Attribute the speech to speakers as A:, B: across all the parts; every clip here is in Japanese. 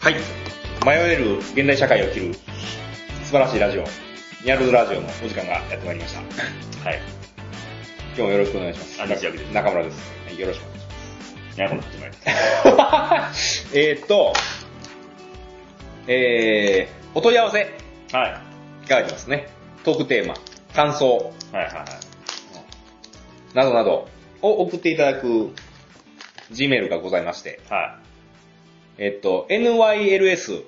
A: はい。迷える現代社会を切る素晴らしいラジオ、ニャルズラジオのお時間がやってまいりました。
B: はい。
A: 今日もよろしくお願いします。
B: あ西脇です
A: 中村です。はい、よろしくお願いし
B: にゃこの始まりです。
A: ます。 えーっと、えー、お問い合わせ
B: はい。
A: がありますね。トークテーマ、感想、
B: はいはいはい。
A: などなどを送っていただく Gmail がございまして、
B: は
A: えーっと、NYLS、
B: い。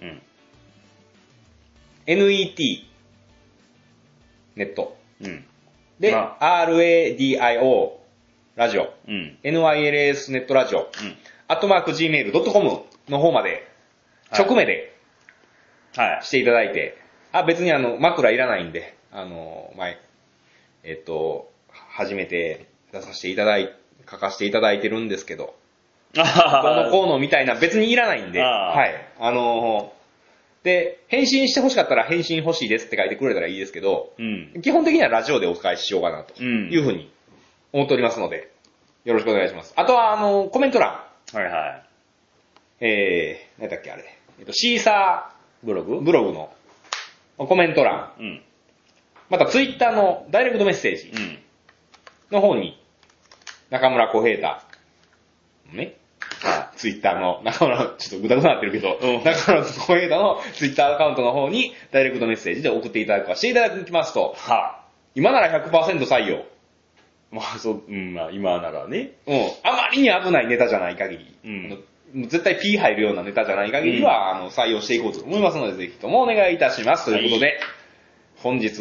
B: うん。
A: NET、ネット。
B: うん。
A: で、
B: ま
A: RADIO、ラジオ、
B: うん。
A: NYLS ネットラジオ、
B: うん。
A: アットマーク Gmail.com の方まで、
B: はい
A: 直名で
B: はい
A: し。ていただいて、あ、別にあの、枕いらないんで、あの、前、えっと、初めて出させていただい、書かせていただいてるんですけど、
B: あ
A: どうの
B: は
A: こうのみたいな、別にいらないんで、
B: あー
A: はい。あの、で、返信して欲しかったら返信欲しいですって書いてくれたらいいですけど、
B: うん。
A: 基本的にはラジオでお返ししようかなと
B: うん
A: いうふうに思っておりますので、よろしくお願いします。あとは、あの、コメント欄、
B: はいはい。
A: えー、何だっけあれ、えっと、シーサ
B: ブログ
A: ーブログのコメント欄、
B: うん。
A: またツイッターのダイレクトメッセージ
B: うん。
A: の方に、中村小平太、ね、
B: は
A: ツイッターの、中村、ちょっとぐだぐだなってるけど、
B: うん
A: 中村小平太のツイッターアカウントの方に、ダイレクトメッセージで送っていただくかしていただきますと
B: い。、は
A: 今なら100%採用。
B: い。まあそう、うん、まあ今ならね。
A: うん。あまりに危ないネタじゃない限り、
B: うん
A: あの絶対 P 入るようなネタじゃない限りは、あの、採用していこうと思いますので、ぜひともお願いいたします。ということで、
B: は
A: 本日、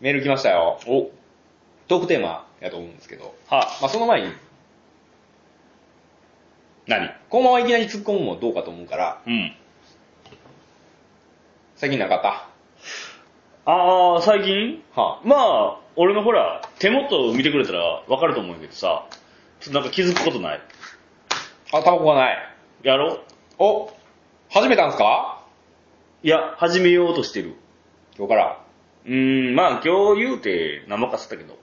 A: メール来ましたよ。
B: お。
A: トークテーマやと思うんですけど、
B: は。
A: まあ、その前に、
B: 何
A: このままいきなり突っ込むのもどうかと思うから、
B: うん。
A: 最近なかった
B: ああ、最近
A: は
B: まあ、俺のほら、手元を見てくれたらわかると思うけどさ、ちょっとなんか気づくことない。
A: あ、あ、タバコがない。
B: やろう
A: お始めたんすか
B: いや、始めようとしてる。
A: 今日から。
B: うーん、まあ今日言うて生かせたけど。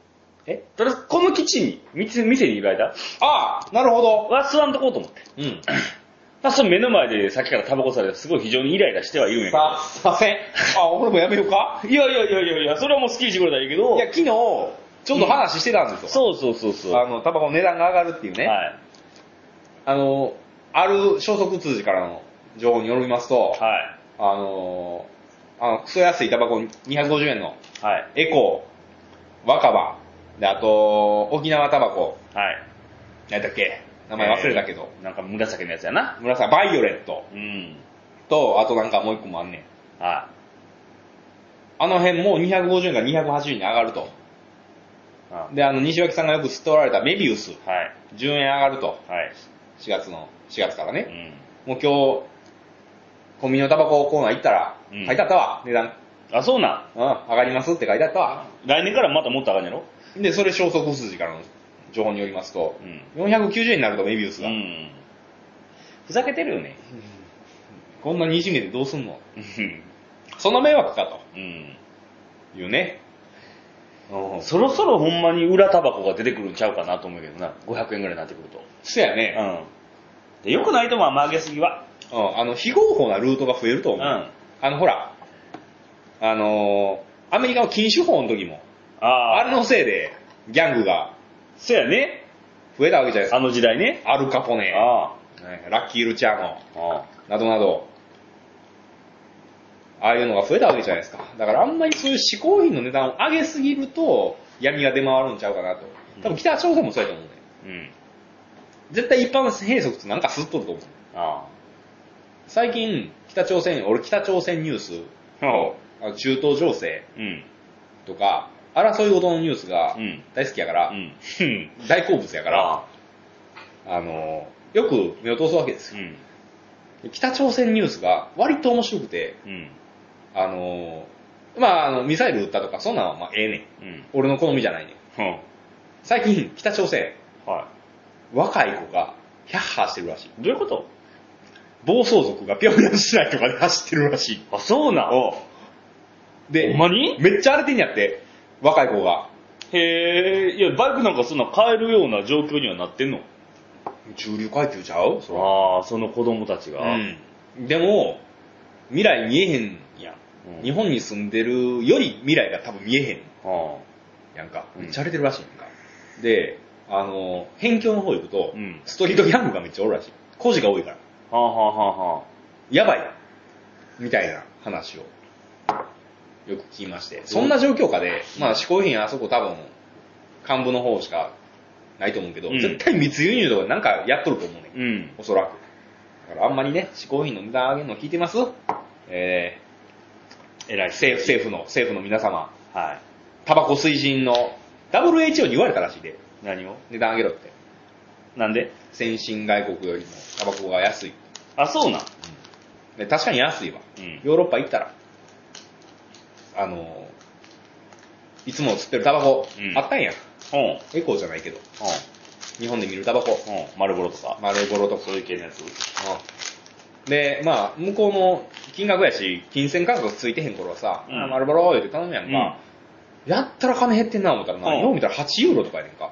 A: え
B: ただ、この基地に、店店にいる間
A: ああなるほど。
B: は吸わんとこうと思って。
A: うん。
B: まあ、その目の前でさっきからタバコされて、すごい非常にイライラしてはいるんやけ
A: さ、
B: ど。
A: すいません。あ、俺もやめようか
B: いやいやいやいやいや、それはもう好きにしてくれたらいいけど
A: いや、、昨日、ちょうど話してたんですよ。
B: そうそうそうそう。は
A: あの、タバコの値段が上がるっていうね、
B: い。は
A: あの、ある消息通じからの情報によりますと、
B: い。
A: あの、あの、クソ安いタバコ250円の
B: はい。
A: エコー、若葉、で、あと、沖縄タバコ、
B: はい。
A: 何だっけ名前忘れたけど、
B: えー。なんか紫のやつやな。
A: 紫、バイオレット
B: うん。
A: と、あとなんかもう一個もあんねん。
B: は
A: あの辺も250円が280円に上がると。
B: い。は
A: で、あの、西脇さんがよく吸っておられたメビウス、
B: い。はい。
A: 10円上がると。
B: はい。
A: 4月の、4月からね。
B: うん。
A: もう今日、コンビニのタバココーナー行ったら、
B: うん
A: 書いてあったわ、値段、
B: あ、そうなん。
A: うん、上がりますって書いてあったわ。
B: 来年からまたもっと上がんやろ
A: で、それ消息筋からの情報によりますと
B: う、ん。
A: 490円になるとメビウス
B: う
A: が。
B: ん。ふざけてるよね。
A: こんなにいじめてどうすんの
B: うん。
A: そんな迷惑か
B: うん。
A: というね。うん
B: そろそろほんまに裏タバコが出てくるんちゃうかなと思うけどな。500円ぐらいになってくると。
A: そやね、
B: うん。でよくないと思う、曲げすぎは。
A: うん、あの、非合法なルートが増えると
B: う
A: 思う。
B: ん。
A: あの、ほら、あのーアメリカの禁酒法の時も、あ
B: ああ、
A: れのせいで、ギャングが
B: そうやね。
A: 増えたわけじゃないです
B: あの時代ね。
A: か。アルカポネ、
B: あ
A: ねラッキー・ルチャーノ、
B: あ。あ
A: などなど、ああいうのが増えたわけじゃないですか。だからあんまりそういう嗜好品の値段を上げすぎると、闇が出回るんちゃうかなと。多分北朝鮮もそうやと思うね。
B: うん。
A: 絶対一般閉塞ってなんかすっとると思う。
B: あ
A: 最近、北朝鮮、俺北朝鮮ニュース、
B: あ。お
A: あの中東情勢
B: うん。
A: とか、争い事のニュースが
B: うん。
A: 大好きやから
B: う、ん。うん。
A: 大好物やから、
B: あ
A: あの、よく目を通すわけです
B: う
A: よ。
B: ん。
A: 北朝鮮ニュースが割と面白くて、
B: うん。
A: あの、まあ、あの、ミサイル撃ったとか、そんなんはまあええねん。
B: うん。
A: 俺の好みじゃないねん。
B: うん。
A: 最近、北朝鮮、
B: は
A: 若い子が、ヒャッハーしてるらしい。
B: い。どういうこと
A: 暴走族がピョンヤン市内とかで走ってるらしい。
B: あ、そうなん。お
A: で、
B: ほんまに
A: めっちゃ荒れてんやって、若い子が。
B: へえ、いや、バイクなんかそんな買えるような状況にはなってんの
A: 中流階級ちゃうそら
B: ああ、その子供たちが。
A: うん。でも、未来見えへんやん。
B: うん
A: 日本に住んでるより未来が多分見えへん
B: あ
A: やんか。
B: うん
A: めっちゃ荒れてるらしいやんか。で、あの、辺境の方行くと、
B: あうん。
A: ストリートギャングがめっちゃおるらしい。工事が多いから。
B: はあはあはあは
A: やばい。みたいな話を、よく聞きまして。そんな状況下で、まあ、嗜好品あそこ多分、幹部の方しかないと思うけど、
B: うん
A: 絶対密輸入とかなんかやっとると思うねん
B: あ。。うん。
A: おそらく。だからあんまりね、嗜好品の値段上げるの聞いてますえ
B: 偉い
A: ー、政府、政府の、政府の皆様、
B: 府。はい。
A: タバコ推進の WHO に言われたらしいで、
B: 何を
A: 値段上げろって。
B: なんで
A: 先進外国よりもタバコが安い。
B: あ、そうなん。
A: で確かに安いわ。
B: うん。
A: ヨーロッパ行ったら、あのー、いつも吸ってるタバコ、
B: うん
A: あったんや。
B: うん。うん。
A: エコーじゃないけど、日本で見るタバコ、
B: うん。丸ボロとか。
A: 丸ボロとか。
B: そういう系のやつ。
A: で、まあ、向こうの金額やし、金銭価格ついてへん頃はさ、
B: うん
A: あ丸ボロ言って頼むやん
B: うん。
A: か、やったら金減ってんな思ったらな、
B: うん
A: よう見たら8ユーロとかやねんか。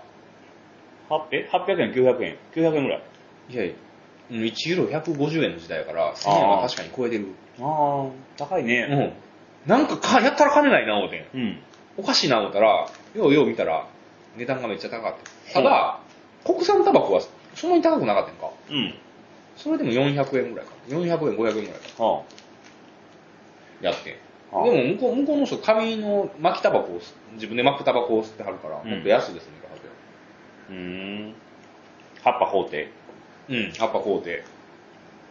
B: はえ ?800 円、900円。900円ぐらい。
A: いやいや、うん1ユーロ150円の時代やから、1000円は確かに超えてる。
B: ああ、高いうね。
A: ん。なんかか、やったら金ないな思ってん。
B: うん。
A: おかしいな思ったら、ようよう見たら、値段がめっちゃ高かった。ただ、国産タバコはそんなに高くなかったんか。
B: うん。
A: それでも400円ぐらいか。400円、500円ぐらいか。
B: は
A: やってん。
B: あ。はあ
A: でも向こう向こうの人、紙の巻きタバコを吸っ、自分で巻くタバコを吸ってはるから、
B: うん
A: もっと安いですね、多
B: うーん。葉っぱ法廷。
A: 分うん、葉っぱ買うて。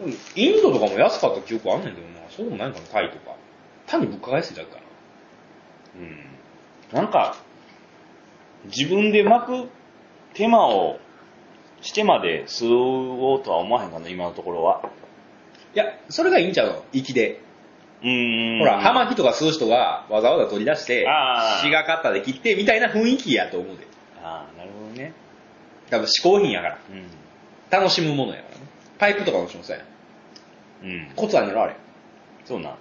A: でもインドとかも安かった記憶あんねんけどな、そうでもないんかな、タイとか。単に物価が安いだけかな。
B: うん。なんか、自分で巻く手間をしてまで吸おうとは思わへんかな、今のところは。
A: いや、それがいいんちゃうの粋で。
B: うーん。
A: ほら、葉巻とか吸う人がわざわざ取り出して、
B: あー
A: しがかったで切って、みたいな雰囲気やと思うで。
B: ああ、なるほどね。
A: 多分、嗜好品やから。
B: うん。
A: 楽しむものやからね。パイプとかの人もそうやん。
B: うん。
A: コツあんねやろ、あれ。
B: そうなん。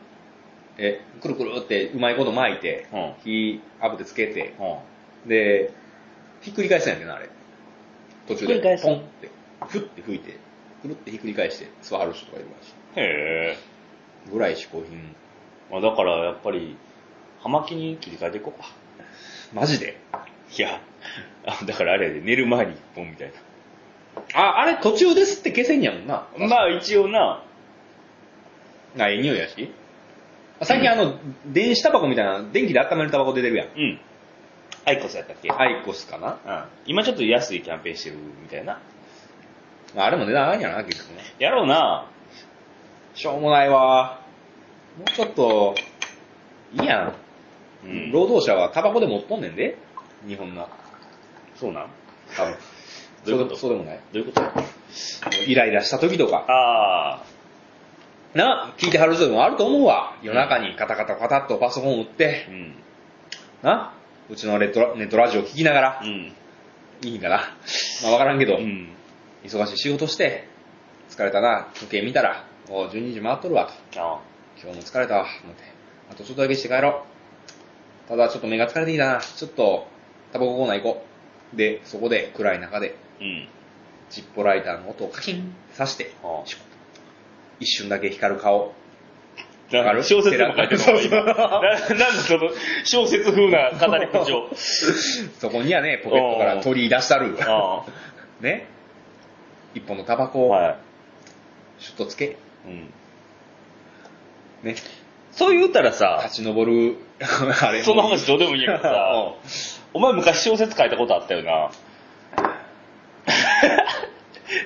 A: え、くるくるって、うまいこと巻いて、
B: うん。うん。
A: 火、アブでつけて、で、ひっくり返せないんだよな、あれ。途中
B: ひ
A: で
B: っくり返。す
A: ポンって、ふって吹いて、くるってひっくり返して、座る人とかいるらし
B: へえ。
A: い。ぐらい嗜好品。
B: まあだから、やっぱり、葉巻に切り替えていこうか。
A: マジで
B: いや、あだからあれやで、寝る前に一本みたい
A: あ、あれ途中ですって消せんやもんな。
B: な。まあ一応な、
A: な、ええ匂いやし。最近あの、電子タバコみたいな、電気で温めるタバコ出てるやん。
B: うん。アイコスやったっけ
A: アイコスかな
B: うん。今ちょっと安いキャンペーンしてるみたいな。
A: まああれも値段上がんやろな、結局ね。
B: やろうな。
A: しょうもないわ。もうちょっと、いいや。
B: うんん。
A: 労働者はタバコで持っとんねんで。日本な。
B: そうなん
A: 多分。
B: どういうこと
A: そうでもない。
B: どういうこと
A: イライラした時とか、
B: ああ、
A: な、聞いてはる人もあると思うわ。夜中にカタカタカタっとパソコン打って
B: う、ん。
A: な、うちのレトラネットラジオ聞きながら
B: う、ん。
A: いいんかな。まあわからんけど
B: う、ん。
A: 忙しい仕事して、疲れたな、時計見たら、おう12時回っとるわと。
B: あ
A: 今日も疲れたわ、思って。あとちょっとだけして帰ろう。ただちょっと目が疲れてきたな。ちょっと、タバココーナー行こう。で、そこで暗い中で、
B: うん。
A: ジッポライターの音をカキンって刺して、
B: あ
A: 一瞬だけ光る顔。
B: あ。なんか小説でも書いてる
A: そうそう
B: ななんかその、小説風な語り口調。
A: そこにはね、ポケットから取り出したる。
B: あ
A: ね。一本のタバ
B: あ。
A: コを、
B: は
A: シュッとつけ。
B: い。うん。
A: ね。
B: そう言うたらさ、
A: 立ち上る、 あれ。
B: その話どうでもいいんや けどさ、
A: うん
B: お前昔小説書いたことあったよ な。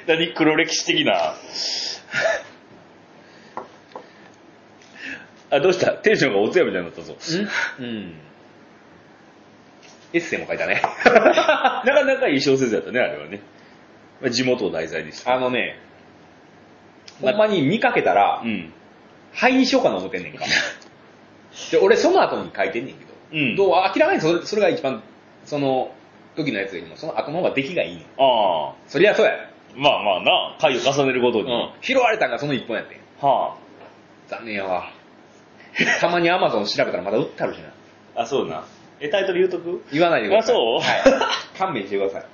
B: 何黒歴史的な。あ、どうしたテンションがおつやみたいになったぞ。
A: んうん。エッセイも書いた ね。
B: なかなかいい小説やったね、あれはね。まあ地元を題材にして。
A: あのね、ほんまに見かけたら
B: う、ん。
A: 灰にしようかな思ってんねんか。で、俺その後に書いてんねんけど、
B: うん
A: どう明らかにそれそれが一番、その時のやつよりも、その後の方が出来がいいねん。
B: ああ。
A: そりゃそうや。
B: まあまあな、回を重ねるごとに。
A: 拾われたんがその一本やってん。
B: は
A: 残念やわ。たまにアマゾン調べたらまだ売ってあるしな。
B: あ。あ、そうな。え、タイトル言うとく
A: 言わないでください。
B: あそう
A: はい。勘弁してください。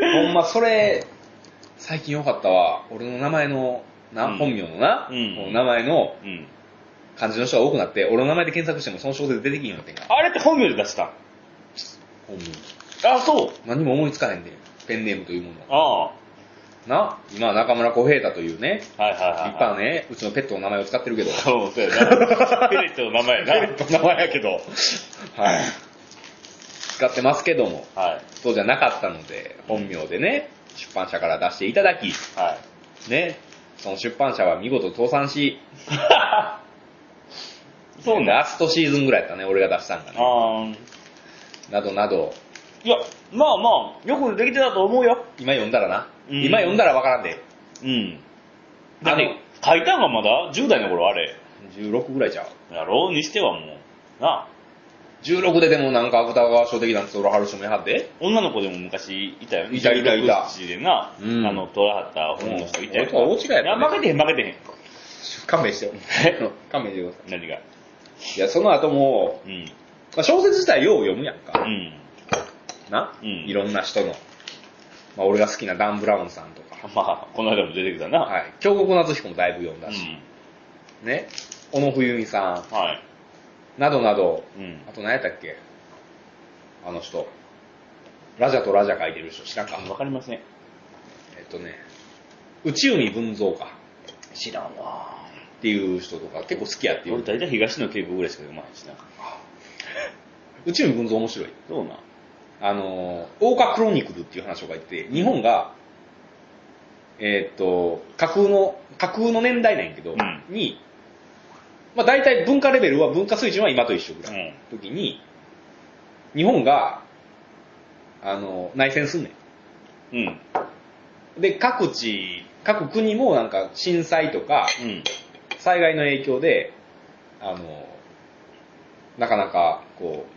A: ほんま、それ、最近よかったわ。俺の名前の、な、
B: うん
A: 本名のな、
B: うん
A: この名前の
B: うん。
A: 漢字の人が多くなって、俺の名前で検索してもその小説出てきんようになってんから。
B: あれって本名で出したん
A: 本名。
B: あ、そう。
A: 何も思いつかへんで、ペンネームというものは。
B: あ
A: な、今は中村小平太というね、
B: あ。はいはい
A: 立
B: はい。
A: 派なね、うちのペットの名前を使って るけど、
B: そう、そうやな。ペレットの 名前やな。
A: ペレットの名前やけど。はい。使ってますけども、
B: はい。
A: そうじゃなかったので、本名でね、出版社から出していただき、
B: はい。
A: ね、その出版社は見事倒産し、
B: そうね。
A: ラストシーズンぐらいやったね、俺が出したんが
B: あ
A: ね。
B: ー
A: などなど、
B: いや、まあまあ、よくできてたと思うよ。
A: 今読んだらな。
B: うん
A: 今読んだらわからんで。
B: うん。だ
A: あの
B: って、書いたんがまだ10代の頃あれ。
A: 16ぐらいちゃう。
B: やろうにしてはもう、なあ、
A: 16ででもなんか芥川賞的なんて俺はる人もやはって。
B: 女の子でも昔いたよ。
A: いたいたいた
B: 16でな、
A: うん
B: あの、取らはった本の人いたよ。
A: うん俺とは大違いや
B: や
A: ったね
B: 負けてへん、負けてへん。
A: 勘弁してよ。 勘弁してくださ
B: 何が。
A: い。いや、その後も、
B: うん。
A: まあ、小説自体よう読むやんか。
B: うん。
A: な、
B: うん
A: いろんな人の。まあ、俺が好きなダン・ブラウンさんとか。
B: まあ、この間も出てきたな。
A: はい。京極夏彦もだいぶ読んだし。ね。小野冬美さ
B: うん。はい。
A: ん。などなど。
B: うん。
A: あと何やったっけあの人。ラジャとラジャ書いてる人知らんか。
B: わかりません。
A: えっとね、内海文蔵か。
B: 知らんわ。
A: っていう人とか結構好きやってい
B: 俺
A: う。
B: 大体東の稽古ぐらいしか読まへんしな。
A: 内海文蔵面白い。
B: どうなん
A: あのー、大岡クロニクルっていう話を書いてて、日本が、えーっと、架空の、架空の年代なんやけど、
B: うん
A: に、まあ大体文化レベルは、文化水準は今と一緒ぐらい。
B: ん。
A: 時に、日本が、あの、内戦すんね
B: うん。
A: ん。で、各地、各国もなんか震災とか、
B: うん。
A: 災害の影響で、あの、なかなか、こう、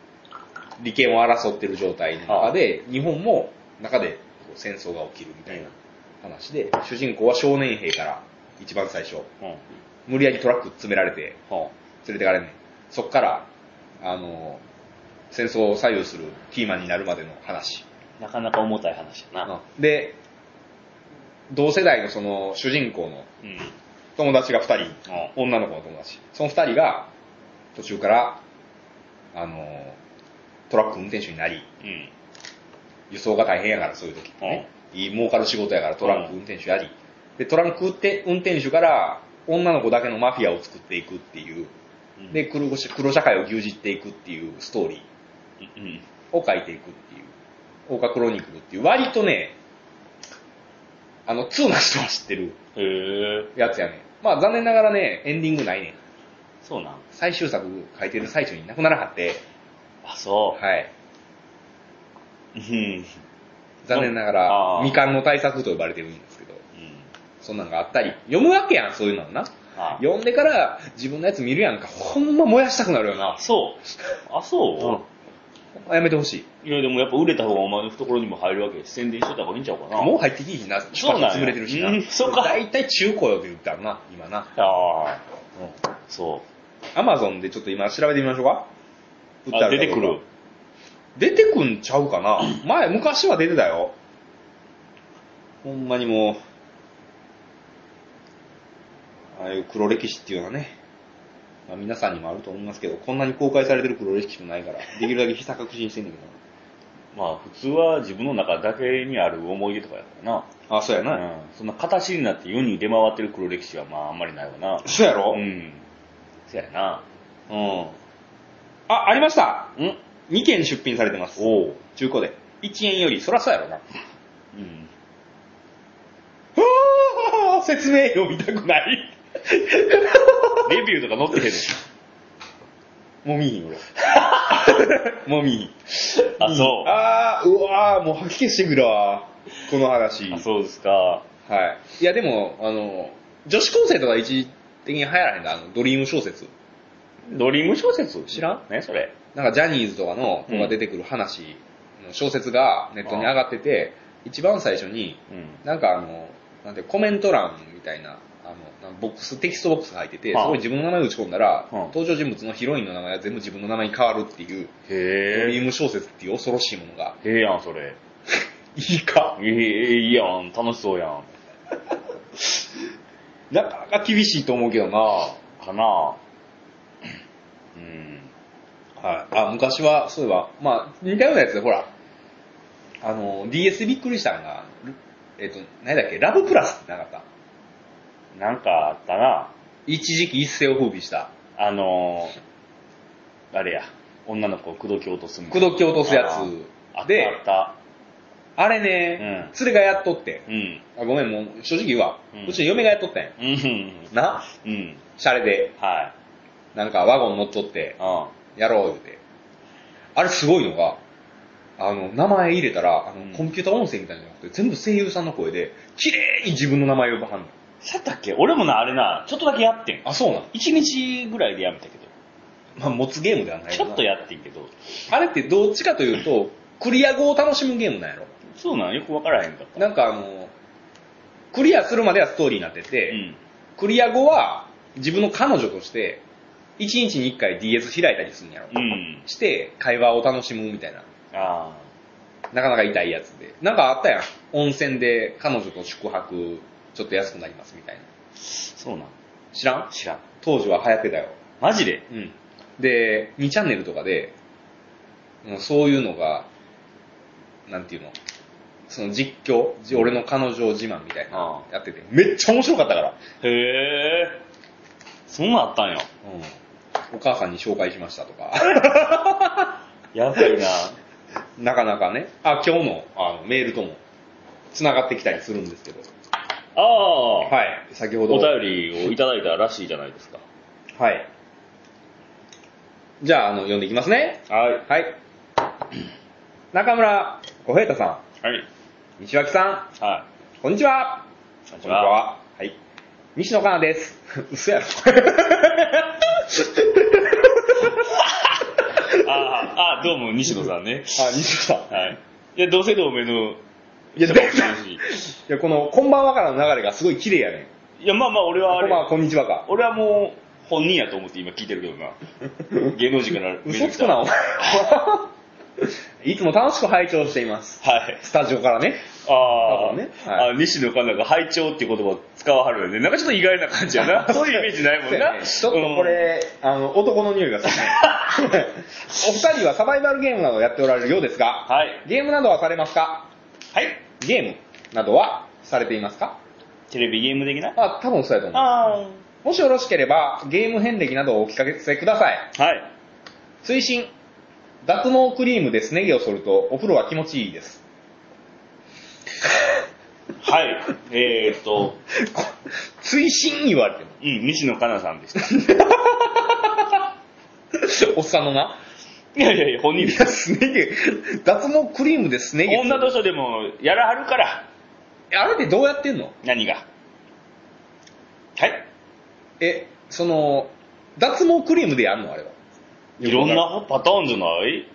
A: 利権を争ってる状態の中で、日本も中でこう戦争が起きるみたいな話で、主人公は少年兵から一番最初、
B: うん。
A: 無理やりトラック詰められて
B: は
A: 連れてかれんねん。そっから、あの、戦争を左右するキーマンになるまでの話。
B: あなかなか重たい話やな。
A: で、同世代のその主人公の
B: うん。うん。
A: 友達が二人女の子の友達。その二人が、途中から、あの、トラック運転手になり、
B: うん。
A: 輸送が大変やから、そういう時ってね。いい儲かる仕事やから、トラック運転手やり。で、トラック運転運転手から、女の子だけのマフィアを作っていくっていう、
B: うん
A: で、、黒ごし黒社会を牛耳っていくっていうストーリ
B: うん。
A: ーを書いていくっていう、オーカクロニクルっていう、割とね、あの、通な人は知ってる
B: へえ。
A: やつやね。まあ、残念ながらね、エンディングないねん。
B: そうなん。
A: 最終作書いてる最中に亡くならはって、
B: あ、そ
A: はい。
B: う。うん。
A: 残念なが
B: あ
A: ら
B: ー、
A: 未完の対策と呼ばれてるんですけど、
B: うん。
A: そんなんがあったり、読むわけやん、そういうのはな。
B: あ、
A: 読んでから自分のやつ見るやんか、ほんま燃やしたくなるよな。
B: そう。あ、そう
A: やめてほしい。
B: いや、でもやっぱ売れた方がお前の懐にも入るわけやし宣伝しといた方がいいんちゃうかな。
A: もう入ってきいひんな、
B: そうなんや
A: 潰れてるしな。
B: うんそうか
A: 大体中古よって言ったらな、今な。
B: ああ。そ
A: アマゾンでちょっと今調べてみましょうか。
B: う。
A: 売って
B: あ、
A: あ
B: 出
A: か
B: てくる。。
A: 出てくんちゃうか な。前、昔は出てたよ。ほんまにもう、ああいう黒歴史っていうのはね、まあ、皆さんにもあると思いますけど、こんなに公開されてる黒歴史もないから、できるだけひた隠しにしてんだけ
B: まあ、普通は自分の中だけにある思い出とかやから
A: ど。あ、そうやな。
B: な。うん。そんな形になって世に出回ってる黒歴史はまあ、あんまりないわな。
A: そうやろ
B: う、ん。そやな。
A: うん、あ、ありました
B: うん。
A: !2 件出品されてます。
B: おう。
A: 中古で。1円より、そらそうやろな。
B: うん。
A: あー説明読みたくない。
B: レビューとか載ってへんねん。
A: もう見ひ ん、俺。もう見ひん。
B: あ、そ
A: あー、うわー、もう吐き気してくるわ。この話。
B: う。
A: は
B: あ、そうですか。
A: い。いや、でも、あの、女子高生とか一時的に流行らへんだ、あの、ドリーム小説。
B: ドリーム小説
A: 知らん
B: ね、それ。
A: なんか、ジャニーズとかの子が出てくる話、小説がネットに上がってて、一番最初に、
B: うん。
A: なんかあの、なんてコメント欄みたいな、あの、なんかボックス、テキストボックスが入ってて、
B: はあ
A: そこに自分の名前打ち込んだら、
B: はあ
A: 登場人物のヒロインの名前が全部自分の名前に変わるっていう、ド
B: へ
A: リ
B: え。
A: ーム小説っていう恐ろしいものが
B: へえやん、それ。
A: いいか。
B: ええいいやん、楽しそうやん。
A: なかなか厳しいと思うけどな。は
B: かなうん。
A: い。あ、昔は、そういえば、まあ、似たようなやつで、ほら、あの、DS びっくりしたんが、えっ、と、何だっけ、ラブプラスってなかった。
B: なんかあったな。
A: 一時期一世を風靡した。
B: あのー、あれや、女の子を口説き落とすみ
A: 口説き落とすや
B: ああ
A: つ。
B: った
A: で、
B: あった。
A: あれね、連れがやっとって。
B: うん。
A: あごめん、もう正直言うわ。
B: うん
A: うちの嫁がやっとったんや。
B: うん。
A: な、
B: うん。
A: シャレで、
B: はい。
A: なんかワゴン乗っとって、やろう言うて。あれすごいのが、あの、名前入れたら、あ
B: うん
A: の、コンピューター音声みたいなのじゃなくて、全部声優さんの声で、綺麗に自分の名前呼ばはんの。
B: さったっけ俺もな、あれな、ちょっとだけやってん。
A: あ、そうなん。
B: 一日ぐらいでやめたけど。
A: まあ、持つゲームではない
B: ちょっと
A: や。
B: やってんけど。
A: あれってどっちかというと、クリア後を楽しむゲームなんやろ。
B: そうなんよくわからへんかった。
A: なんかあの、クリアするまではストーリーになってて、
B: うん。
A: クリア後は自分の彼女として、1日に1回 DS 開いたりするんやろ。
B: うん。
A: して、会話を楽しむみたいな。
B: ああ。
A: なかなか痛いやつで。なんかあったやん。温泉で彼女と宿泊、ちょっと安くなりますみたいな。
B: そうなん。
A: 知らん
B: 知らん。
A: 当時は流行ってたよ。
B: マジで
A: うん。で、2チャンネルとかで、うんそういうのが、なんていうのその実況、じ俺の彼女自慢みたいな、
B: あ
A: やってて、めっちゃ面白かったから、
B: へえ。そんなんあったんや。
A: うん。お母さんに紹介しましたとか、
B: やばいな。
A: なかなかね、あ、今日のあのメールとも、繋がってきたりするんですけど、
B: ああ。
A: はい、先ほど。
B: お便りをいただいたらしいじゃないですか。
A: はい。じゃあ、あの、読んでいきますね。
B: はい。
A: はい。中村小平太さ
B: はい。
A: ん、西脇さ
B: は
A: ん、こんにちは。
B: い。
A: こんにち。は。はい。西野カナです。 嘘やろ。
B: ああ、どうも、西野さんね。
A: あ、西野さん。
B: はい。いや、同姓同名の
A: いや
B: 人もいるし。
A: いや、この、こんばんはからの流れがすごい綺麗やねん。
B: いや、まあまあ、俺はあ
A: こんばんは、
B: れ、
A: こんにちはか。
B: 俺はもう、本人やと思って今聞いてるけどな。 芸能人からメール来た
A: 嘘つくな、お前。 いつも楽しく拝聴しています。
B: はい。
A: スタジオからね。
B: あ
A: 多
B: あ、
A: 分ねはい
B: あ西野カナが拝聴って言葉を使わはるよね。なんかちょっと意外な感じや な。そういうイメージないもんな。
A: ちょっとこれ、あの、男の匂いがする ね。お二人はサバイバルゲームなどをやっておられるようです
B: うん。
A: が、
B: はい。
A: ゲームなどはされますか
B: はい。
A: ゲームなどはされていますか
B: テレビゲーム的な
A: あ、多分そうやと思う。
B: あ
A: もしよろしければ、ゲーム遍歴などをお聞かせください。
B: あ。はい。
A: 推進。脱毛クリームでスネ毛を剃ると、お風呂は気持ちいいです。
B: はい。えーっと、
A: 推進言われても。
B: うん、西野カナさんでした。
A: おっさんのな。
B: いやいやいや、本人
A: い
B: です。
A: や、スネ毛、脱毛クリームでスネ毛。
B: 女としてでも、やらはるから、
A: あれってどうやってんの
B: 何が。はい。
A: え、その、脱毛クリームでやんのあれは。
B: いろんなパターンじゃない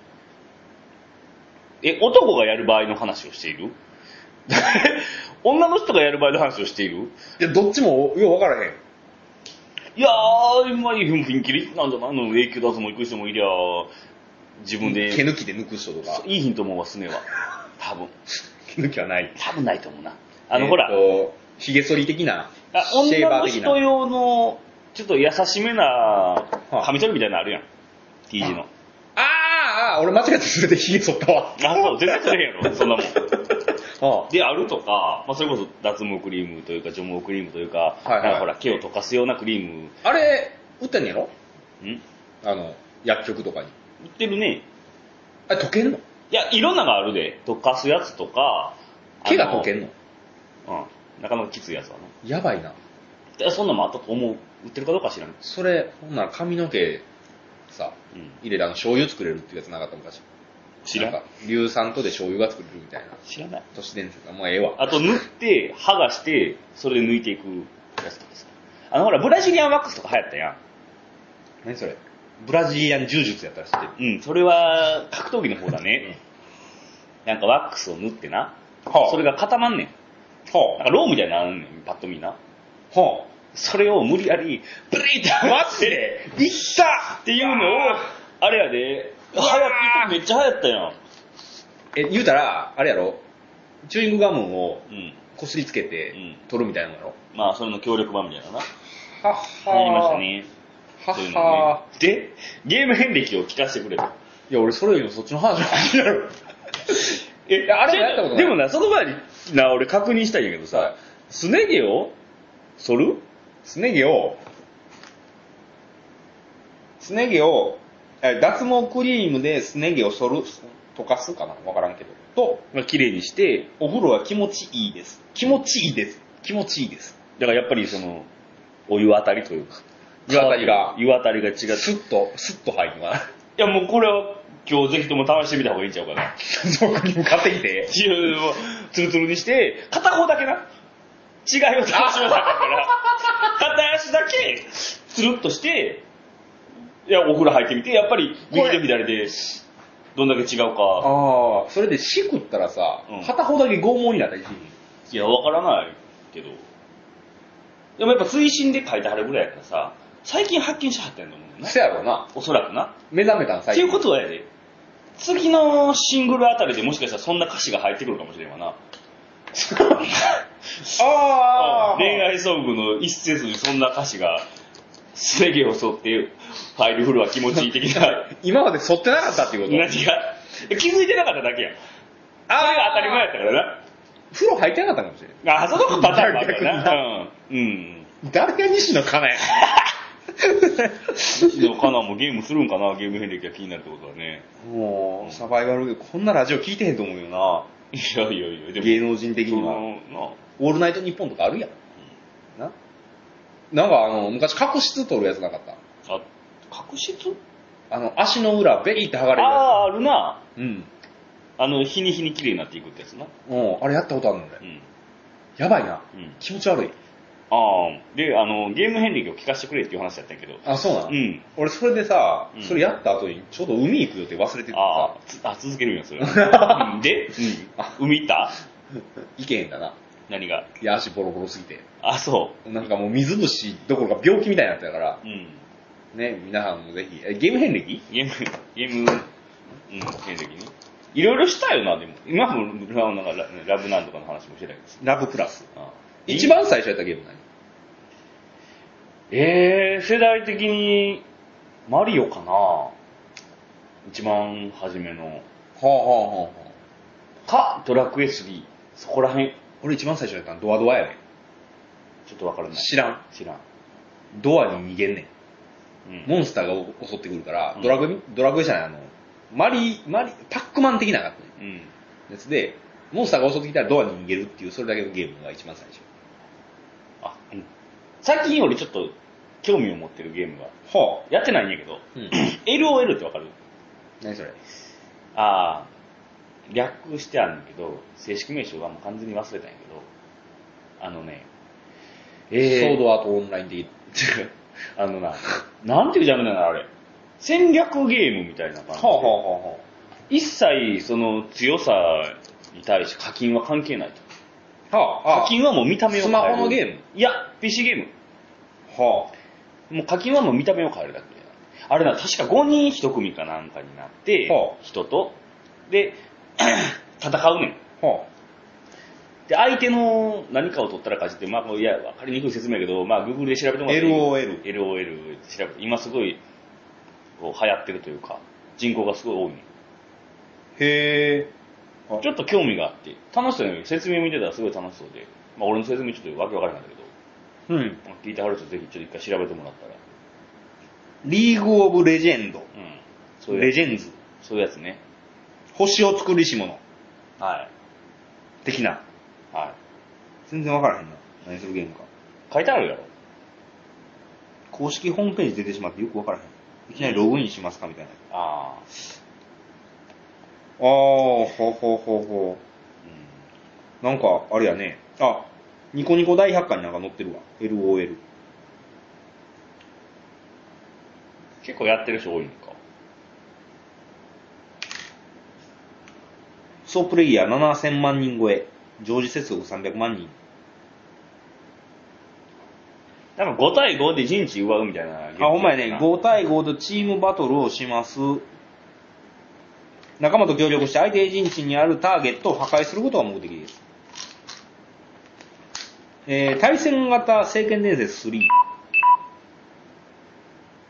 B: え、男がやる場合の話をしている 女の人がやる場合の話をしている
A: いや、どっちもよう分からへん。
B: いやー、今、ピンキリなんじゃないの永久脱毛行く人もいりゃ、自分で、
A: 毛抜きで抜く人とか。
B: いいヒントもわすねは。多分。
A: 毛抜きはない。
B: 多分ないと思うな。あの、
A: えー
B: ほら、
A: と。ひげ剃り的な
B: あ、
A: シェー
B: 女
A: バー
B: の
A: 的
B: 人
A: な。
B: 用の、ちょっと優しめな
A: は、い
B: カミソリみたいなのあるやん。T 字 の。
A: あーあー、俺間違えて全てひげ剃ったわ
B: あ、。そう、全然取れへんやろ、そんなもん。
A: あ
B: で、あるとか、まあ、それこそ脱毛クリームというか、除毛クリームというか、
A: はいはい
B: なんかほら、毛を溶かすようなクリーム、ん
A: あれ、売ってんのやろ
B: 売
A: あの、薬局とかに。
B: ってるね。
A: あれ、溶けんの
B: いや、いろんなのがあるで。溶かすやつとか、
A: 毛が溶けん
B: る
A: の
B: うん。なかなかきついやつはね。
A: やばいな。
B: でそんなのもあったと思う。売ってるかどうかは知らん。う
A: それ、ほんなら髪の毛さ、
B: ん。
A: 入れてあの醤油作れるっていうやつなかった昔。
B: 知ら
A: なんか。硫酸とで醤油が作れるみたいな。
B: 知らない。
A: 都市伝説がもうええわ。
B: あと、塗って、剥がして、それで抜いていくやつとかさ。あの、ほら、ブラジリアンワックスとか流行ったやん。
A: 何それブラジリアン柔術やったら知ってる。
B: うん、それは格闘技の方だね。なんかワックスを塗ってな。
A: はあ
B: それが固まんねん。
A: は
B: なんかローみたいになるねん、パッと見な。
A: あ。は
B: それを無理やり、ブリーって
A: マジで
B: いったっていうのを、あれやで、流行っめっちゃ流行ったやん。
A: あ。え、言うたら、あれやろチューイングガムを
B: うん。
A: こすりつけて
B: うん、
A: 取るみたいなのやろ。
B: まあ、それの協力版みたいなのな。
A: はっはー
B: やりましたね。
A: はっ
B: そういうの
A: は
B: ねで、ゲーム遍歴を聞かせてくれと。
A: ー。いや、俺それよりもそっちの話が気になる。
B: え
A: やあれもやったことない
B: でもな、その前に、な、俺確認したいんやけど
A: はい
B: さ、すね毛を剃る
A: すね毛を、すね毛を、え脱毛クリームですね毛を剃る、溶かすかなわからんけど。と、
B: まあ綺麗にして、
A: お風呂は気持ちいいです。気持ちいいです。気持ちいいです。
B: だからやっぱりその、お湯あたりというか。
A: 湯あたりが
B: 湯あたりが違って。い
A: スッと、スッと入るわ。
B: やもうこれは今日ぜひとも試してみた方がいいんちゃう かな。
A: 僕に向かってきて。
B: いやもうツルツルにして、片方だけな。違いを楽しまなあか んから。片足だけ、つるっとして、いや、お風呂入ってみて、やっぱり右と左で、どんだけ違うか。
A: ああ、それでしくったらさ、
B: うん
A: 片方だけ拷問になったりしひん
B: いや、わからないけど。でもやっぱ推進で書いてはるぐらいやからさ、最近発見しはったんやと 思うねんな。
A: せやろな。
B: おそらくな。
A: 目覚めたん
B: っ
A: 最
B: て
A: 近。
B: いうことはやで、次のシングルあたりでもしかしたらそんな歌詞が入ってくるかもしれんわな。
A: ああ、
B: 恋愛ソングの一節にそんな歌詞が、すね毛を剃って、入るフルは気持ちいい的な、
A: 今まで剃ってなかったっていうこと
B: 何が、気づいてなかっただけやん。あれが当たり前やったから
A: 風呂入ってなかったかもしれない。
B: な。あ、そのパターンもあるからな。うん。うん。
A: 誰が西野カナや。
B: 西野カナもゲームするんかなゲーム遍歴が気になるってことはね。
A: もう、サバイバルゲーム、こんなラジオ聞いてへんと思うよな。
B: いやいやいや、でも、
A: 芸能人的には。
B: その
A: オールナイトニッポンとかあるやん。ななんかあの、昔角質取るやつなかった。
B: なあ、角質
A: あの、足の裏、ベリーって剥がれるや
B: ああー、あるな。
A: つ。うん。
B: あの、日に日に綺麗になっていくってやつな。
A: うん、あれやったことあるの
B: う
A: 俺。
B: ん。
A: やばいな。
B: うん。
A: 気持ち悪い。
B: ああ、で、あの、ゲーム遍歴を聞かせてくれっていう話やったんやけど。
A: あ、そうなの、
B: うん。
A: 俺それでさ
B: う、ん
A: それやった後にちょうど海行く予定忘れてて
B: あ
A: さ
B: あ、、つあ、続けるんや、そ れ。うんで、うん。海行った
A: 行けへんだな。
B: 何が。
A: いや、足ボロボロすぎて。
B: あ、そ
A: なんかもう水虫どころか病気みたいになってたから、
B: う。うん。
A: ね、皆さんもぜひ、え、ゲーム遍歴
B: ゲーム、ゲーム、うん、遍歴ね。いろいろしたよな、でも。今も、なんかララブなんとかの話もしてたけどさ。
A: ラブプラス。
B: ああ
A: 一番最初やったゲーム何
B: えー、世代的に、マリオかな一番初めの。
A: はあはあはあはあ。
B: か、ドラクエ3。そこら辺。
A: 俺一番最初やったのドアドアやね
B: ちょっとわから
A: ん。
B: ない。
A: 知らん。
B: 知らん。
A: ドアに逃げんね
B: うん
A: ん。モンスターがお襲ってくるから
B: う、ん
A: ドラグ、ドラグじゃない、あの、マリ、マリ、パックマン的なや
B: うん。
A: つで、モンスターが襲ってきたらドアに逃げるっていう、それだけのゲームが一番最初。
B: あ、うん。最近よりちょっと興味を持ってるゲームが。
A: は
B: やってないんや けど、
A: あ。うん。
B: LOL ってわかる
A: 何それ
B: ああ、略してあるんだけど、正式名称はもう完全に忘れたんやけど、あのね、
A: ソー
B: ー
A: ドアートオンライン的。
B: 違うあのな、なんていうジャンルなのあれ。戦略ゲームみたいな感じで、
A: はあは
B: 一切その強さに対して課金は関係ないと。
A: あ。はあ、
B: 課金はもう見た目を
A: ス
B: 変える。
A: マホのゲーム
B: いや、PC ゲーム。
A: は
B: もう課金はもう見た目を変えるだけだあれな、確か5人1組かなんかになって
A: はあ、
B: 人と、で、 戦うねん。
A: あ。は
B: で、相手の何かを取ったら勝ちって、まあ、もういや、わかりにくい説明やけど、まあ、Google で調べてもらっていい
A: LOL
B: LOL って調べて、今すごい、こう、流行ってるというか、人口がすごい多いねん
A: あ。へえ。あ
B: ちょっと興味があって、楽しそうに、説明見てたらすごい楽しそうで、まあ、俺の説明ちょっとわけわからないんだけど、
A: うん。
B: まあ聞いてはる人ぜひちょっと一回調べてもらったら、
A: リーグオブレジェンド。
B: うん。そういう
A: レ
B: やつ、
A: ジェンズ。
B: そういうやつね。
A: 星を作りし者。
B: はい。
A: 的な。
B: はい。
A: 全然わからへんな。何するゲームか。
B: 書いてあるやろ。
A: 公式ホームページ出てしまってよくわからへん。いきなりログインしますかみたいな。
B: ああ。
A: ああ、ほうほうほうほ
B: うん。
A: う。なんか、あれやね。あ、ニコニコ大百科になんか載ってるわ。LOL。
B: 結構やってる人多いのか。
A: 総プレイヤー7000万人超え。常時接続300万人。
B: なんか5対5で陣地奪うみたいな。
A: あ、ほんまやね。5対5でチームバトルをします。仲間と協力して相手陣地にあるターゲットを破壊することが目的です。えー対戦型聖剣伝説3。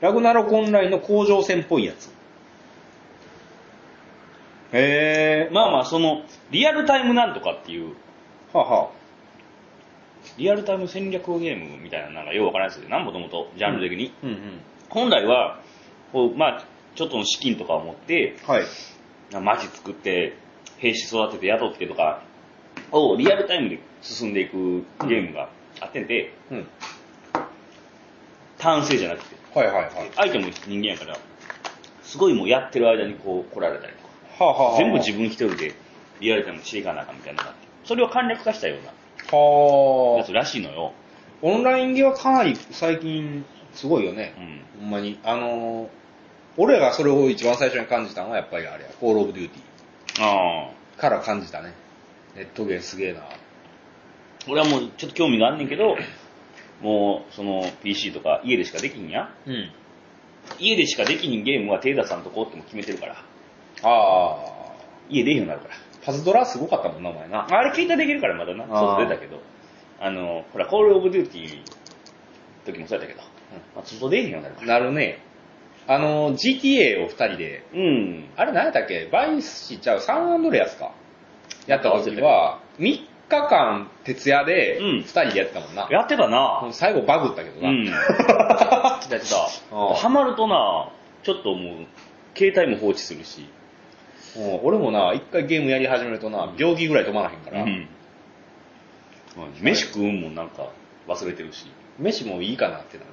A: ラグナロコンラインの甲状戦っぽいやつ。へ
B: まあまあ、その、リアルタイムなんとかっていう、
A: ー。はあ、はあ、
B: リアルタイム戦略ゲームみたいな、なんかようわからないですけど、なんもともと、ジャンル的に。
A: うんうん。
B: 本来は、こう、まあ、ちょっとの資金とかを持って、
A: はい。
B: 街作って、兵士育てて雇ってとかをリアルタイムで進んでいくゲームがあってんて、
A: うん。
B: 単性じゃなくて、
A: はいはいはい。
B: 相手も人間やから、すごいもうやってる間にこう来られたりとか、
A: はあ、はあはあ、
B: 全部自分一人でリアルタイムしていかなあかんみたいなのがあって、それを簡略化したようなや
A: は
B: つらしいのよ。
A: あ。オンラインゲーはかなり最近すごいよね
B: う。ん。
A: ほんまに。あのー俺がそれを一番最初に感じたのはやっぱりあれや、コールオブデューティ
B: ああ。
A: ーから感じたね。ネットゲーすげえな。
B: 俺はもうちょっと興味があんねんけど、もうその PC とか家でしかできんや。
A: うん。
B: 家でしかできひんゲームは手出さんとこうっても決めてるから、
A: あ
B: 家出えへんようになるから。
A: ー。パズドラすごかったもんな、お前な。
B: あれ携帯できるからまだな、
A: あー
B: 外出たけど。あの、ほら、コールオブデューティー時もそうやったけど、まあ、外出えへんようになるから。
A: なるね。あのー GTA を二人で、
B: うん。
A: あれ何やったっけバイスしちゃう、サンアンドレアスか。やった時は、3日間徹夜で、
B: うん
A: 二人でやってたもんな。
B: やってた
A: も
B: な
A: う最後バグったけど
B: う
A: な。
B: ん。来た来た。
A: あー
B: ハマるとな、ちょっともう、携帯も放置するし、
A: もう俺もな、一回ゲームやり始めるとな、病気ぐらい止まらへんから、
B: うん飯食うんもなんか忘れてるし。
A: 飯もいいかなってなる。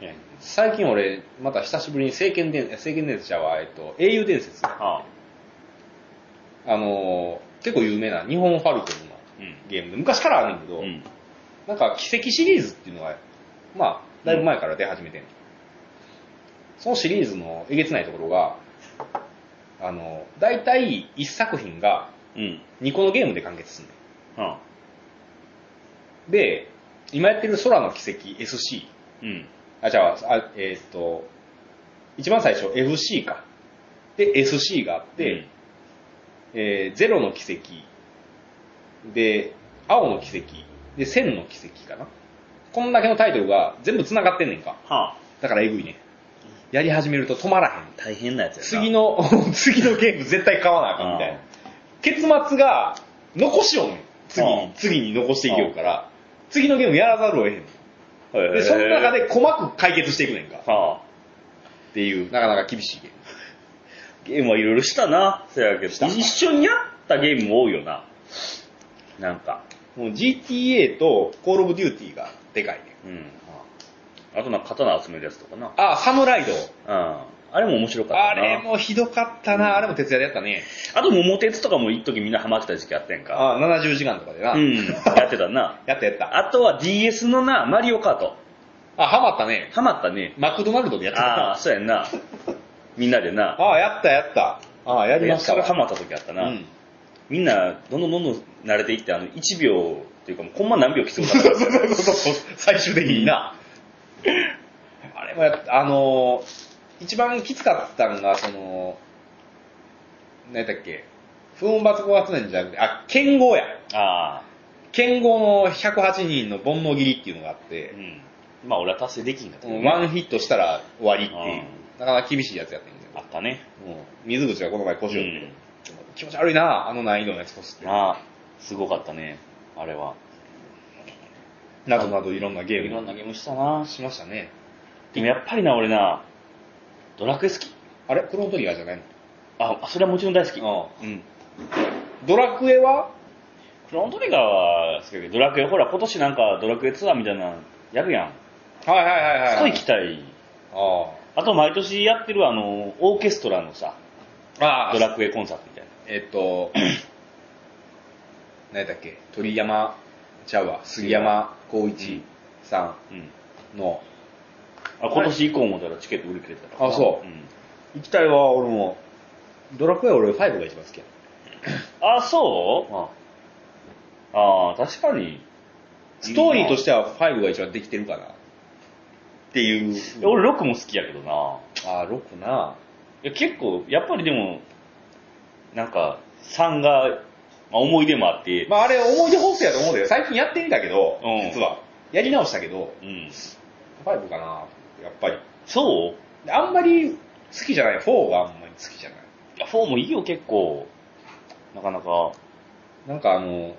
B: いや
A: 最近俺、また久しぶりに聖剣伝、聖剣伝説ちゃうわ、えっと、英雄伝説。あ
B: ああ
A: のー、結構有名な日本ファルコンの
B: うん。
A: ゲームで、昔からあるんだけど、
B: うん。
A: なんか奇跡シリーズっていうのが、まあ、だいぶ前から出始めてん、そのシリーズのえげつないところが、あの、大体一作品が
B: うん。
A: 2個のゲームで完結するね
B: ああ
A: んで、今やってる空の奇跡 SC。
B: うん。
A: あ、じゃあ、あえーっと、一番最初 FC か。で、SC があって、
B: うん、
A: えーゼロの奇跡。で、青の奇跡。で、千の奇跡かな。こんだけのタイトルが全部繋がってんねんか。
B: はあ
A: だからえぐいね。やり始めると止まらへん。
B: 大変なやつやな。
A: 次の、 次のゲーム絶対買わなあかんみたいな
B: あ。
A: 結末が残しようねん。次
B: あ
A: に、次に残していけようから。次のゲームやらざるを得へん。
B: へえ、
A: で、その中で細かく解決していくねんか。
B: はあ
A: っていう、なかなか厳しいゲーム。
B: ゲームはいろいろしたな。そやけど。一緒にやったゲームも多いよな。なんか。
A: もう GTA と Call of Duty がでかいね。
B: うん。あとなんか刀集めるやつとかな。
A: あ、サムライド。
B: うん。あれも面白かったな。
A: あれ。もひどかったな。あれも徹夜でやったね。
B: あと桃鉄とかも一時みんなハマってた時期あってんか。
A: あ、70時間とかでな。
B: うん。やってたな。
A: やったやった。
B: あとは DS のな、マリオカート。
A: あ、ハマったね。
B: ハマったね。
A: マクドナルドでやって
B: ああ、
A: た。
B: そうやんな。みんなでな。
A: あ、やったやった。あ、やりました
B: それ
A: わ。
B: ハマった時あったな。
A: うん
B: みんな、どんどんどんどん慣れていって、あの、1秒っていうか、もうコンマ何秒必要だから。
A: そうそうそうそう、 最終的にな。あれもやっあのー、一番きつかったのが、その、何だっけ、不穏罰高発年じゃなくて、あ、剣豪や。
B: ああ。
A: 剣豪の108人の煩悩切りっていうのがあって
B: う、ん。まあ俺は達成できんかったけどね
A: ワンヒットしたら終わりっていう、なかなか厳しいやつやってんけ
B: あったね。
A: ど、うん水口がこの前腰を折って、
B: うん
A: 気持ち悪いな、あの難易度のやつこすって。
B: ああ、すごかったね。あれは。
A: などなどいろんなゲーム。
B: いろんなゲームしたな。
A: しましたね。
B: でもやっぱりな、俺な、ドラクエ好き。
A: あれクロノトリガーじゃないの
B: あ、それはもちろん大好き。
A: あ
B: うん。
A: ドラクエは
B: クロントリガーは好きだけど、ドラクエ、ほら、今年なんかドラクエツアーみたいなのやるやん。
A: はいはいはいはい。
B: すごい期待。
A: あ
B: あと、毎年やってるあの、オーケストラのさ、
A: あ。ああ、
B: ドラクエコンサートみたいな。
A: えっと、 何やったっけ、鳥山、ちゃうわ、杉山浩一さ
B: うん。
A: んの、
B: あ今年以降もだからチケット売り切れてたから。
A: あそう
B: うん。
A: 行きたいわ、俺も。ドラクエは俺5が一番好きや。
B: あ、そうああ、確かに。
A: ストーリーとしては5が一番できてるかな。っていう。
B: 俺、6も好きやけどな。
A: ああ、6な。
B: いや結構、やっぱりでも、なんか、3が、まあ、思い出もあって、
A: まああれ思い出放送やと思うけど、最近やってみたけど、
B: うん
A: 実は。やり直したけど、
B: うん。
A: 5かな、やっぱり。
B: そう
A: であんまり好きじゃない。4があんまり好きじゃない。
B: いやフォーもいいよ、結構。なかなか。
A: なんかあの、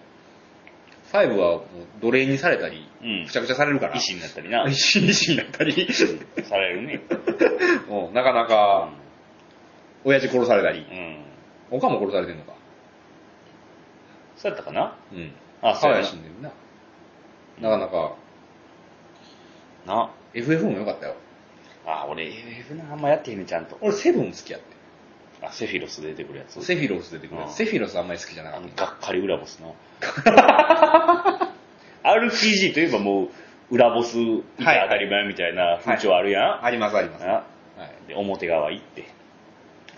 A: 5はもう奴隷にされたり、
B: うん
A: くち。ゃくちゃされるから。
B: 意思になったりな。
A: 意志意志になったり、
B: されるね。
A: うんなかなか、親父殺されたり
B: う、ん。
A: おかんも殺されてんのか。
B: そうやったかな
A: うん。
B: あ、
A: 母
B: そうや
A: 親死んでるな。なかなか、
B: な。な。
A: FF も良かったよ。
B: あ、俺 FF な、あんまやってへんねん、ちゃんと。
A: 俺、セブン好きやって。
B: あ、セフィロス出てくるやつ。
A: セフィロス出てくるやつ
B: うん
A: セフィロスあんまり好きじゃなか
B: あ
A: っ
B: の、
A: た。
B: がっかり裏 ボスな。RPG といえばもう、裏ボスいて当たり前みたいな風潮あるやん。
A: ありますあります。は。
B: ないで表側行って。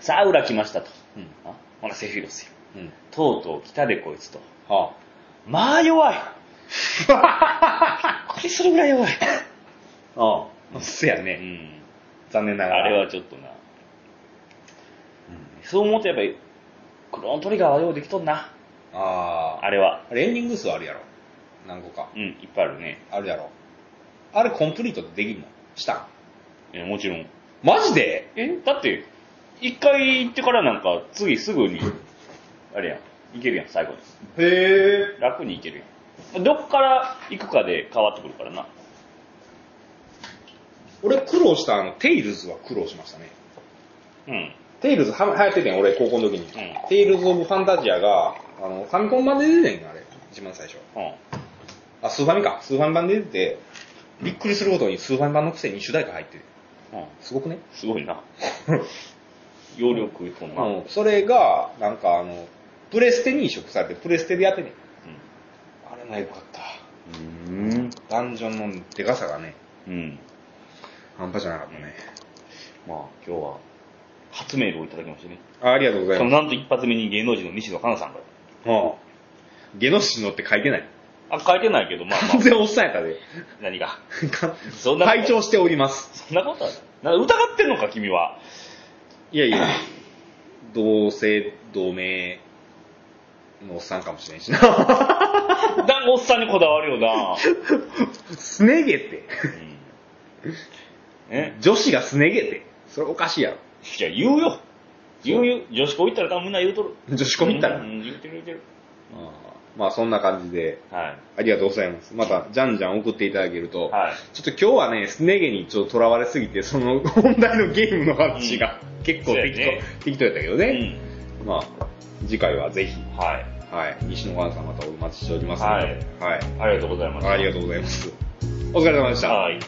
B: さあ、裏来ましたと。
A: うん。
B: あほな、セフィロスよ。
A: うん。
B: とうとう来たでこいつと。
A: は
B: まあ 弱い。これそれぐらい弱い。あ
A: あ。せや
B: あう
A: ね。
B: ん。
A: 残念な
B: あ
A: がら。
B: れはちょっとな。そう思うとやっぱり、クローントリガーはようできとんな。
A: ああ。
B: あれは。
A: あれエンディング数あるやろ。何個か。
B: うん、いっぱいあるね。
A: あるやろ。あれコンプリートできんのしたん
B: いやもちろん。
A: マジで
B: えだって、一回行ってからなんか、次すぐに、あれやん、行けるやん、最後に。
A: へえ。
B: 楽に行けるやん。どっから行くかで変わってくるからな。
A: 俺苦労したあの、テイルズは苦労しましたね。
B: うん。
A: テイルズは流行っててん、俺高校の時に。
B: ん
A: テイルズ・オブ・ファンタジアが、あの、ファミコン版で出てんのあれ。一番最初。
B: うん。
A: あ、スーファミか。スーファミ版で出てて、びっくりすることにスーファミ版のくせに主題歌入ってる。
B: うん。
A: すごくね
B: すごい な。容量食い込んな。
A: うん。それが、なんかあの、プレステに移植されて、プレステでやってね。あれもよかった。
B: うん。
A: ダンジョンのデカさがね、
B: うん。
A: 半端じゃなかったね。
B: まあ、今日は、初メールをいただきましてね。
A: あありがとうござ
B: そ
A: い
B: の
A: ます。
B: なんと一発目に芸能人の西野カナさんから。
A: うん。ゲノシノって書いてない。
B: あ、書いてないけど、まあま
A: 完
B: あ、
A: 全おっさんやったで。
B: 何が。そんなこと
A: 拝聴しております。
B: そんなことはない。な疑ってんのか、君は。
A: いやいや、同姓同名のおっさんかもしれんしな。
B: だんおっさんにこだわるよな。
A: すね毛って。
B: うん。ね。
A: 女子がすね毛って。それおかしいやろ。
B: いや、言うよ。言うよ。女子校行ったら多分みんな言うとる。
A: 女子コミったら。
B: うんうん、言ってる言ってる。
A: あーまあそんな感じで、
B: はい。
A: ありがとうございます。また、じゃんじゃん送っていただけると、
B: はい。
A: ちょっと今日はね、スネ毛にちょっと囚われすぎて、その本題のゲームの話が結構
B: そうや
A: 適当、
B: ね
A: 適当やったけど
B: う
A: ね。
B: ん。
A: まあ、次回はぜひ、
B: はい。
A: はい、西野カナさんまたお待ちしておりますので、はい。
B: ありがとうございました。
A: ありがとうございます。お疲れ様でした。
B: はい。